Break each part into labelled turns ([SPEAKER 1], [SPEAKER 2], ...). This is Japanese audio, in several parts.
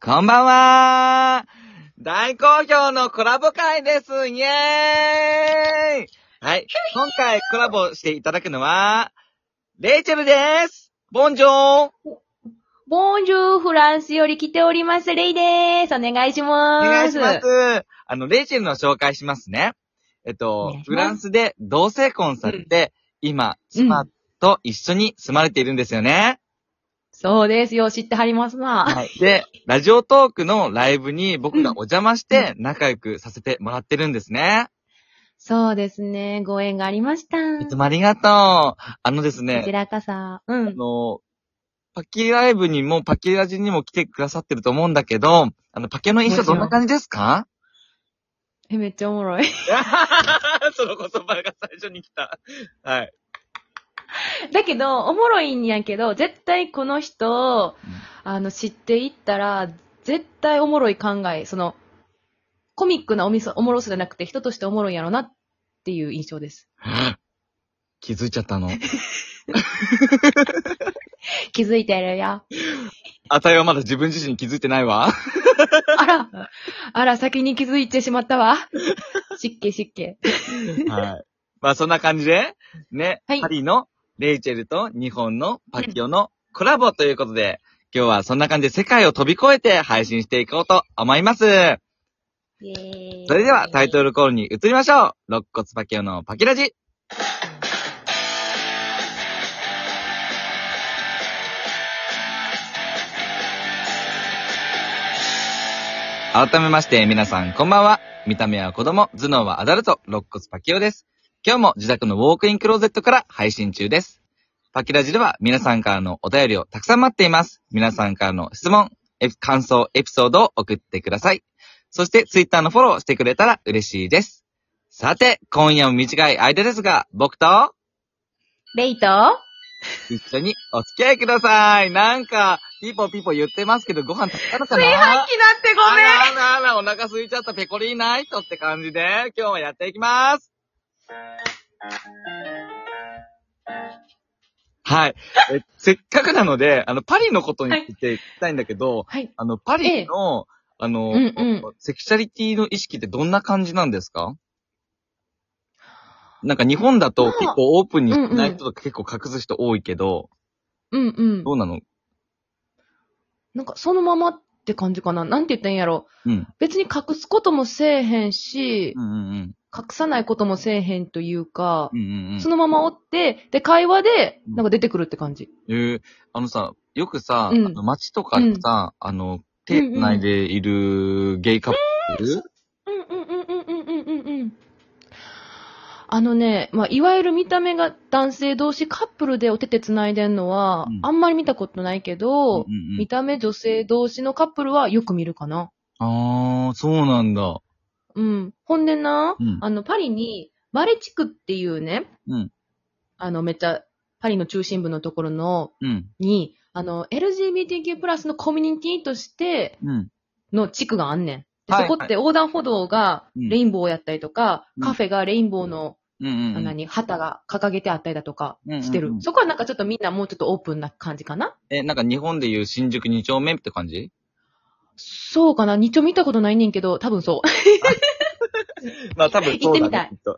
[SPEAKER 1] こんばんは大好評のコラボ会ですイエーイはい、今回コラボしていただくのは、レイチェルですボンジョー
[SPEAKER 2] ボンジューフランスより来ております、レイでーす。お願いし
[SPEAKER 1] お
[SPEAKER 2] ます。
[SPEAKER 1] 願いしますあの、レイチェルの紹介しますね。えっ
[SPEAKER 2] お
[SPEAKER 1] と
[SPEAKER 2] 願い、し
[SPEAKER 1] フ
[SPEAKER 2] ます
[SPEAKER 1] ランスで同性婚されて、今、妻と一緒に住まれているんですよね。
[SPEAKER 2] そうですよ、知ってはりますな。
[SPEAKER 1] はい。で、ラジオトークのライブに僕がお邪魔して仲良くさせてもらってるんですね。
[SPEAKER 2] そうですね、ご縁がありました。
[SPEAKER 1] いつもありがとう。あのです
[SPEAKER 2] こち
[SPEAKER 1] ね、
[SPEAKER 2] らかさ、う
[SPEAKER 1] あ
[SPEAKER 2] ん。
[SPEAKER 1] の、パッキーライブにもパッキーラジにも来てくださってると思うんだけど、あの、パケの印象どんな感じですか
[SPEAKER 2] え、めっちゃおもろい。
[SPEAKER 1] その言葉が最初に来た。はい。
[SPEAKER 2] だけど、おもろいんやけど、絶対この人、あの、知っていったら、絶対おもろい考え、その、コミックなおみそ、おもろさじゃなくて、人としておもろいんやろなっていう印象です。
[SPEAKER 1] 気づいちゃったの。
[SPEAKER 2] 気づいてるよ。
[SPEAKER 1] あたいはまだ自分自身に気づいてないわ。
[SPEAKER 2] あら、あら、先に気づいてしまったわ。失敬失敬。
[SPEAKER 1] はい。まあそんな感じで、ね、
[SPEAKER 2] はい
[SPEAKER 1] パリのレイチェルと日本のパキオのコラボということで、今日はそんな感じで世界を飛び越えて配信していこうと思います。そ
[SPEAKER 2] そ
[SPEAKER 1] れではタイトルコールに移りましょう。肋骨パキオのパキラジ。改めまして皆さんこんばんは。見た目は子供、頭脳はアダルト、肋骨パキオです。今日も自宅のウォークインクローゼットから配信中です。パキラジでは皆さんからのお便りをたくさん待っています。皆さんからの質問、エピ感想、エピソードを送ってください。そしてツイッターのフォローしてくれたら嬉しいです。さて、今夜も短い間ですが、僕と
[SPEAKER 2] レイと、
[SPEAKER 1] 一緒にお付き合いください。なんか、ピポピポ言ってますけど、ご飯食べたのかな
[SPEAKER 2] きなってご
[SPEAKER 1] あらあらあら、お腹空いちゃったペコリーナイトって感じで、今日はやっていきます。はい。えせっかくなので、あの、パリのことについて聞きたいんだけど、
[SPEAKER 2] はい。
[SPEAKER 1] あの、パリの、あの、
[SPEAKER 2] うんうん
[SPEAKER 1] セクシャリティの意識ってどんな感じなんですかなんか日本だと
[SPEAKER 2] まあ
[SPEAKER 1] 結構オープンに
[SPEAKER 2] うんう
[SPEAKER 1] し
[SPEAKER 2] ん
[SPEAKER 1] ない人とか結構隠す人多いけど、
[SPEAKER 2] うんうん
[SPEAKER 1] ど。うなの
[SPEAKER 2] なんかそのままって感じかな。なんて言ったらいいんやろ。
[SPEAKER 1] うん。
[SPEAKER 2] 別に隠すこともせえへんし
[SPEAKER 1] う、んうん
[SPEAKER 2] 隠さないこともせえへんというか
[SPEAKER 1] うん。う、んうんうん。
[SPEAKER 2] そのままおって、で、会話で、
[SPEAKER 1] うん
[SPEAKER 2] なんか出てくるって感じ。
[SPEAKER 1] えーあのさ、よくさ、
[SPEAKER 2] うん
[SPEAKER 1] あの街とかでさ、あの、手繋いでいるゲイカップル、
[SPEAKER 2] うんうんうんうんうんうんうんうん。あのね、まあ、いわゆる見た目が男性同士カップルでお手手繋いでんのは、
[SPEAKER 1] うん
[SPEAKER 2] あんまり見たことないけど、
[SPEAKER 1] うんうんう
[SPEAKER 2] 見
[SPEAKER 1] ん、
[SPEAKER 2] た目女性同士のカップルはよく見るかな。
[SPEAKER 1] あー、そうなんだ。
[SPEAKER 2] うん。ほんでな、
[SPEAKER 1] うん
[SPEAKER 2] あの、パリに、マレ地区っていうね、
[SPEAKER 1] うん
[SPEAKER 2] あの、めっちゃ、パリの中心部のところの、
[SPEAKER 1] うん。
[SPEAKER 2] に、あの、LGBTQ+, プラスのコミュニティとして
[SPEAKER 1] うん。
[SPEAKER 2] の地区があんねん。で
[SPEAKER 1] はい
[SPEAKER 2] そこって横断歩道が
[SPEAKER 1] うん
[SPEAKER 2] レインボーやったりとか、
[SPEAKER 1] うん
[SPEAKER 2] カフェがレインボーの、
[SPEAKER 1] うんうんうん。
[SPEAKER 2] 何、旗が掲げてあったりだとかしてる。
[SPEAKER 1] うんうんうん
[SPEAKER 2] そこはなんかちょっとみんなもうちょっとオープンな感じかな
[SPEAKER 1] え、なんか日本でいう新宿二丁目って感じ
[SPEAKER 2] そうかな日丁見たことないねんけど、多分そう。
[SPEAKER 1] まあ多分そうだ、ね、
[SPEAKER 2] 行ってみたい
[SPEAKER 1] きっと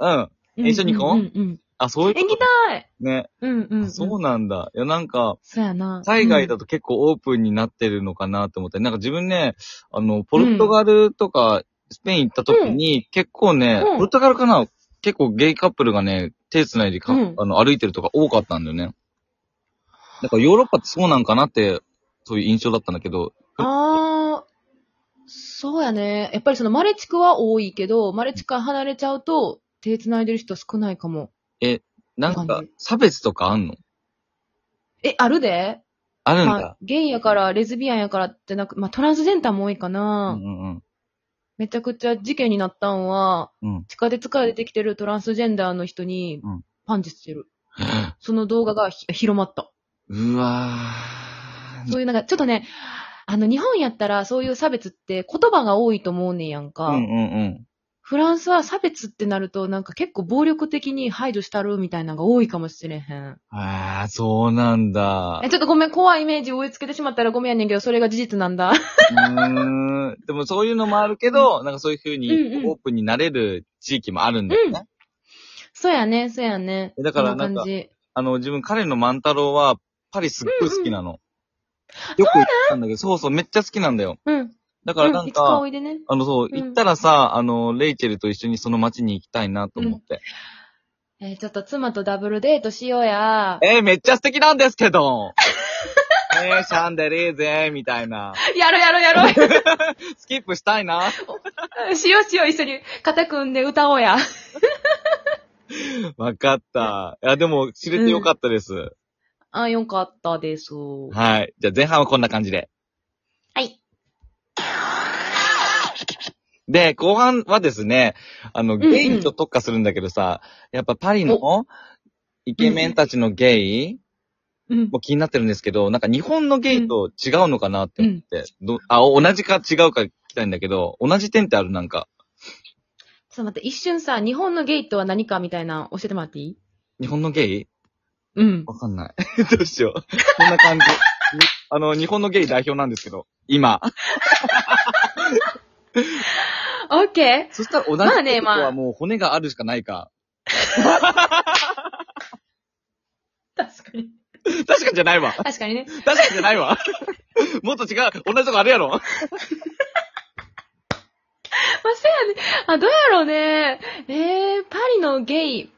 [SPEAKER 1] うん。え一緒に行こう
[SPEAKER 2] うんうんうん。
[SPEAKER 1] あ、そういう
[SPEAKER 2] え、行
[SPEAKER 1] こ
[SPEAKER 2] き
[SPEAKER 1] と
[SPEAKER 2] たい
[SPEAKER 1] ね。
[SPEAKER 2] うんうん、うん。
[SPEAKER 1] そうなんだ。いや、なんか、
[SPEAKER 2] そうやな。
[SPEAKER 1] 海外だ
[SPEAKER 2] と。
[SPEAKER 1] と結構オープンになってるのかなって思って、なんか自分ね、あの、ポルトガルとか、スペイン行った時に、結構ね、
[SPEAKER 2] うん
[SPEAKER 1] ポルトガルかな結構ゲイカップルがね、手繋いでか、
[SPEAKER 2] うん
[SPEAKER 1] あの、歩いてるとか多かったんだよね。なんかヨーロッパってそうなんかなって、そういう印象だったんだけど、
[SPEAKER 2] ああ、そうやね。やっぱりそのマレ地区は多いけど、マレ地区から離れちゃうと、手繋いでる人少ないかも。
[SPEAKER 1] なん
[SPEAKER 2] わか
[SPEAKER 1] か
[SPEAKER 2] んな、
[SPEAKER 1] 差別とかあんの
[SPEAKER 2] え、あるで
[SPEAKER 1] あるん
[SPEAKER 2] まあ
[SPEAKER 1] だ。
[SPEAKER 2] ゲイやから、レズビアンやからってなく、まあトランスジェンダーも多いか
[SPEAKER 1] うん
[SPEAKER 2] な、
[SPEAKER 1] うん
[SPEAKER 2] めちゃくちゃ事件になったんは、
[SPEAKER 1] うん。うん。
[SPEAKER 2] 地下鉄から出てきてるトランスジェンダーの人に
[SPEAKER 1] うん、
[SPEAKER 2] パンチしてる。その動画がひ広まった。
[SPEAKER 1] うわー。
[SPEAKER 2] そういうなんか、ちょっとね、あの、日本やったらそういう差別って言葉が多いと思うねんやんか。
[SPEAKER 1] うんうんうん。
[SPEAKER 2] フランスは差別ってなると、なんか結構暴力的に排除したるみたいなのが多いかもしれへん。
[SPEAKER 1] ああ、そうなんだ
[SPEAKER 2] え、。ちょっとごめん、怖いイメージ植え付けてしまったらごめんやねんけど、それが事実なんだ。
[SPEAKER 1] うーん。でもそういうのもあるけど、なんかそういうふう
[SPEAKER 2] うんう
[SPEAKER 1] に
[SPEAKER 2] ん
[SPEAKER 1] オープンになれる地域もあるんだよね。
[SPEAKER 2] そうやね、そうやね。
[SPEAKER 1] だから
[SPEAKER 2] そ
[SPEAKER 1] なんか
[SPEAKER 2] 感じ
[SPEAKER 1] あの、自分彼の万太郎はパリすっごい好きなの。よく行ったんだけど、そうそう、めっちゃ好きなんだよ。
[SPEAKER 2] うん。
[SPEAKER 1] だからな
[SPEAKER 2] うんいつか
[SPEAKER 1] か、
[SPEAKER 2] おいでね。
[SPEAKER 1] あの、そう、
[SPEAKER 2] うん
[SPEAKER 1] 行ったらさ、あの、レイチェルと一緒にその街に行きたいなと思って。
[SPEAKER 2] えーちょっと妻とダブルデートしようや。
[SPEAKER 1] えー、めっちゃ素敵なんですけど えー、シャンデリーゼみたいな。
[SPEAKER 2] やろやろやろ。
[SPEAKER 1] スキップしたいな。
[SPEAKER 2] しよう しよう、一緒に肩組んで歌おうや。
[SPEAKER 1] わかった。いや、でも、知れてよかったです。
[SPEAKER 2] あ、よかったです。は
[SPEAKER 1] はい。じゃあ前半はこんな感じで。
[SPEAKER 2] い。
[SPEAKER 1] で、後半はですね、あの、
[SPEAKER 2] んうん
[SPEAKER 1] ゲイと特化するんだけどさ、やっぱパリのイケメンたちのゲイ
[SPEAKER 2] うん。
[SPEAKER 1] も気になってるんですけど、なんか日本のゲイと違うのかなって思って、どあ、同じか違うか聞きたいんだけど、同じ点ってあるなんか、
[SPEAKER 2] ちょっと待って、一瞬さ、日本のゲイとは何かみたいなの教えてもらっていい
[SPEAKER 1] 日本のゲイ
[SPEAKER 2] うん。
[SPEAKER 1] わかんない。 どうしよう。こんな感じ。 にあの、日本のゲイ代表なんですけど、今。
[SPEAKER 2] オッケ
[SPEAKER 1] そしたら同じ
[SPEAKER 2] まあね
[SPEAKER 1] ってこと
[SPEAKER 2] ま
[SPEAKER 1] は
[SPEAKER 2] あ
[SPEAKER 1] もう骨があるしかないか。
[SPEAKER 2] ー。確かに。
[SPEAKER 1] 確かじゃないわ。
[SPEAKER 2] 確かにね。
[SPEAKER 1] 確かじゃない わ。もっと違う。同じとこあるやろ。
[SPEAKER 2] まあ、せやね。あ、どうやろうね。えー、パリのゲイ。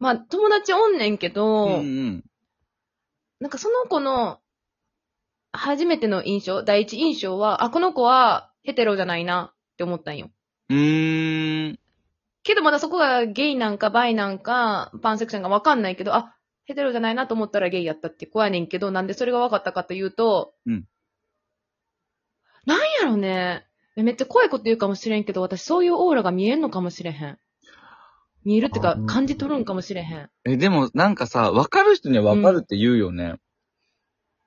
[SPEAKER 2] まあ、友達おんねんけど、
[SPEAKER 1] うんうん。
[SPEAKER 2] なんかその子の、初めての印象、第一印象は、あ、この子はヘテロじゃないなって思ったんよ。
[SPEAKER 1] うーん。
[SPEAKER 2] けどまだそこがゲイなんかバイなんか、パンセクションがわかんないけど、あ、ヘテロじゃないなと思ったらゲイやったって怖いねんけど、なんでそれがわかったかというと、
[SPEAKER 1] うん
[SPEAKER 2] なんやろね。めっちゃ怖いこと言うかもしれんけど、私そういうオーラが見えんのかもしれへん。見えるって
[SPEAKER 1] あ
[SPEAKER 2] か
[SPEAKER 1] ー、
[SPEAKER 2] 感じ取るんかもしれへん。
[SPEAKER 1] え、でもなんかさ、わかる人にはわかるって言うよね。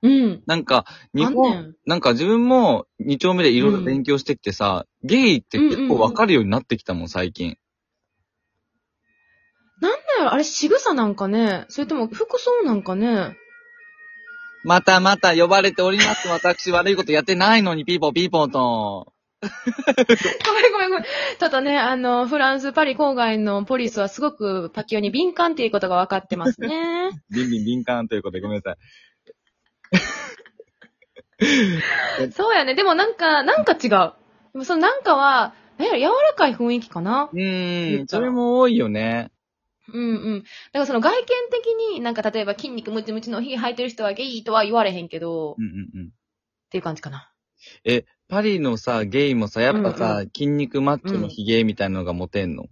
[SPEAKER 2] うん。
[SPEAKER 1] なんか、日
[SPEAKER 2] あん
[SPEAKER 1] 本、
[SPEAKER 2] ねん
[SPEAKER 1] なんか自分も二丁目でいろいろ勉強してきてさ、ゲイって結構わかるようになってきたもん、最近。
[SPEAKER 2] なんやろあれ仕草なんかねそれとも服装なんかね
[SPEAKER 1] またまた呼ばれております。私悪いことやってないのに、ピーポーピーポーと。
[SPEAKER 2] ごめんごめんごめん。ちょっとね、あの、フランス、パリ郊外のポリスはすごくパキオに敏感っていうことが分かってますね。
[SPEAKER 1] ビンビン敏感ということでごめんなさい。
[SPEAKER 2] そうやね。でもなんか、なんか違う。でもそのなんかは、なんやろ柔らかい雰囲気かな
[SPEAKER 1] うー
[SPEAKER 2] 言
[SPEAKER 1] ん、
[SPEAKER 2] った
[SPEAKER 1] そ
[SPEAKER 2] ら
[SPEAKER 1] れも多いよね。
[SPEAKER 2] うんうん。だからその外見的になんか例えば筋肉ムチムチのヒゲ生えてる人はゲイとは言われへんけど、っ
[SPEAKER 1] うんうんうん。
[SPEAKER 2] ていう感じかな。
[SPEAKER 1] パリのさ、ゲイもさ、やっぱさ、
[SPEAKER 2] うん
[SPEAKER 1] 筋肉マッチョのヒゲみたいなのがモテんの。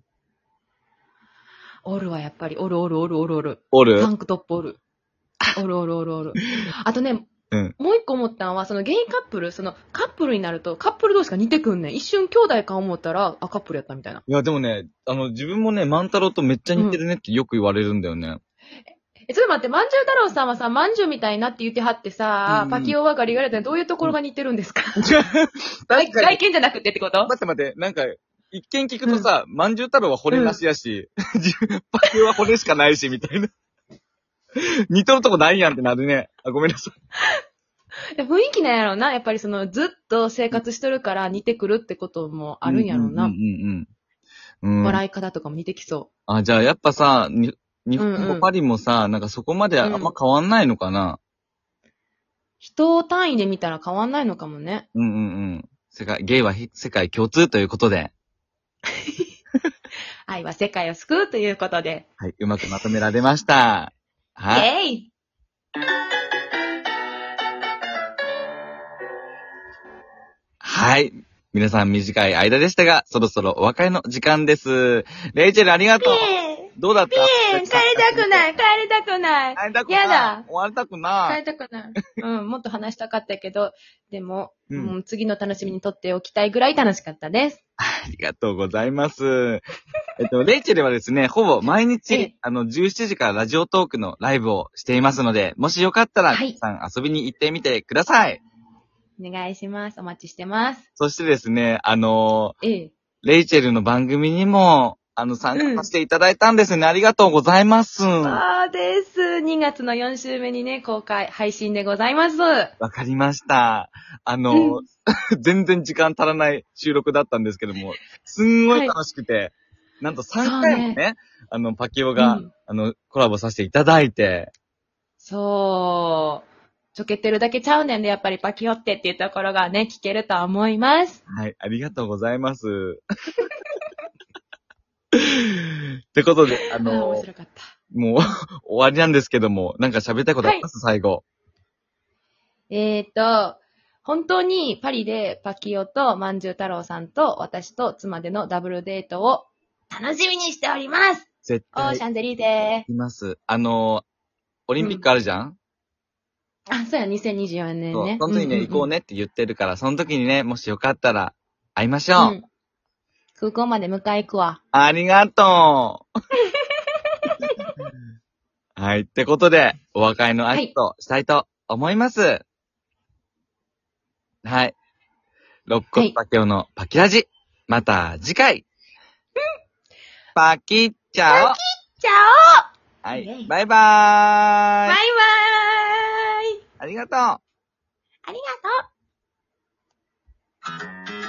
[SPEAKER 2] おるはやっぱり、おるおるおるおるおる。
[SPEAKER 1] おる
[SPEAKER 2] タンクトップおる。おるおるおる おる。あとね、
[SPEAKER 1] うん
[SPEAKER 2] もう一個思ったのは、そのゲイカップル、そのカップルになるとカップル同士が似てくんねん。一瞬兄弟か思ったら、あ、カップルやったみたいな。
[SPEAKER 1] いや、でもね、あの、自分もね、万太郎とめっちゃ似てるねってよく言われるんだよね。
[SPEAKER 2] え、ちょっと待って、まんじゅう太郎さんはさ、まんじゅうみたいなって言ってはってさ、
[SPEAKER 1] うん
[SPEAKER 2] パキオワガリガレってどういうところが似てる んですか、
[SPEAKER 1] 確か
[SPEAKER 2] 外
[SPEAKER 1] に。
[SPEAKER 2] 見じゃなくてってこと
[SPEAKER 1] 待って待って、なんか、一見聞くとさ、まんじゅう太郎は骨なしやし、自分、パクは骨しかないし、みたいな。 似とるとこないやんってなるね。あ、ごめんなさい。
[SPEAKER 2] で雰囲気なんやろうな。やっぱりその、ずっと生活しとるから似てくるってこともあるんやろうな。
[SPEAKER 1] うんうんうん、うん。
[SPEAKER 2] 笑い方とかも似てきそ
[SPEAKER 1] あ、じゃあやっぱさ、に日
[SPEAKER 2] う
[SPEAKER 1] 本
[SPEAKER 2] んう
[SPEAKER 1] も
[SPEAKER 2] ん
[SPEAKER 1] パリもさ、なんかそこまであんま変わんないのかな、
[SPEAKER 2] う。人を単位で見たら変わんないのかもね。
[SPEAKER 1] うん、うんうんうん世界、ゲイはひ世界共通ということで、
[SPEAKER 2] 愛は世界を救うということで。
[SPEAKER 1] はい、うまくまとめられました。はい。
[SPEAKER 2] イェイ
[SPEAKER 1] はい。皆さん短い間でしたが、そろそろお別れの時間です。レイチェルありがとう。どうだったい。
[SPEAKER 2] い帰りたくない
[SPEAKER 1] 帰りたくない。
[SPEAKER 2] やだ
[SPEAKER 1] 終わりたくな
[SPEAKER 2] 帰
[SPEAKER 1] い。
[SPEAKER 2] りたくない。うん、もっと話したかった けど、でも、
[SPEAKER 1] うん
[SPEAKER 2] うん次の楽しみにとっておきたいぐらい楽しかったです。
[SPEAKER 1] ありがとうございます。えっと、レイチェルは ですね、ほぼ毎
[SPEAKER 2] え
[SPEAKER 1] 日
[SPEAKER 2] え、
[SPEAKER 1] あの、17時からラジオトークのライブをしていますので、もしよかったら、
[SPEAKER 2] はい
[SPEAKER 1] 皆さん遊びに行ってみてください。
[SPEAKER 2] お願いします。お待ちしてます。
[SPEAKER 1] そしてですね、あの
[SPEAKER 2] ええ。
[SPEAKER 1] レイチェルの番組にも、あの、参加させていただいたんですね。ありがとうございます。わ
[SPEAKER 2] そうです。2月の4週目にね、公開、配信でございます。
[SPEAKER 1] かりました。あの、 全然時間足らない収録だったんですけども、すんごい楽しくて、なんと3回もね、
[SPEAKER 2] そう
[SPEAKER 1] あの、パキオが、
[SPEAKER 2] うん
[SPEAKER 1] あの、コラボさせていただいて、
[SPEAKER 2] そう。ちょけてるだけちゃうねんで、やっぱりパキオってっていうところがね、聞けると思います。
[SPEAKER 1] はい、ありがとうござい ます。ってことで、あ
[SPEAKER 2] あー
[SPEAKER 1] の、
[SPEAKER 2] 面白かった。
[SPEAKER 1] もう 終わりなんですけども、なんか喋りたいことあります、最後。
[SPEAKER 2] えーと、本当にパリでパキオとまんじゅう太郎さんと私と妻でのダブルデートを楽しみにしております
[SPEAKER 1] 絶
[SPEAKER 2] オー
[SPEAKER 1] 対
[SPEAKER 2] シャンゼリーで
[SPEAKER 1] います。あの、オリンピックあるじゃん、
[SPEAKER 2] ーあ、そうや、2024年
[SPEAKER 1] そう
[SPEAKER 2] ね。
[SPEAKER 1] その時にね、
[SPEAKER 2] うんうんうん
[SPEAKER 1] 行こうねって言ってるから、その時にね、もしよかったら、会いましょう。
[SPEAKER 2] うん。空港まで迎え行くわ。
[SPEAKER 1] ありがとうはい。ってことで、お別れの挨拶をしたいと思います。はい。肋骨パキオのパキラジ。また次回。パキッチャオ
[SPEAKER 2] チャ
[SPEAKER 1] は
[SPEAKER 2] イェ
[SPEAKER 1] い。
[SPEAKER 2] イ
[SPEAKER 1] バイバ
[SPEAKER 2] オ
[SPEAKER 1] ーイ、
[SPEAKER 2] バイバーイ
[SPEAKER 1] ありがとう
[SPEAKER 2] ありがとう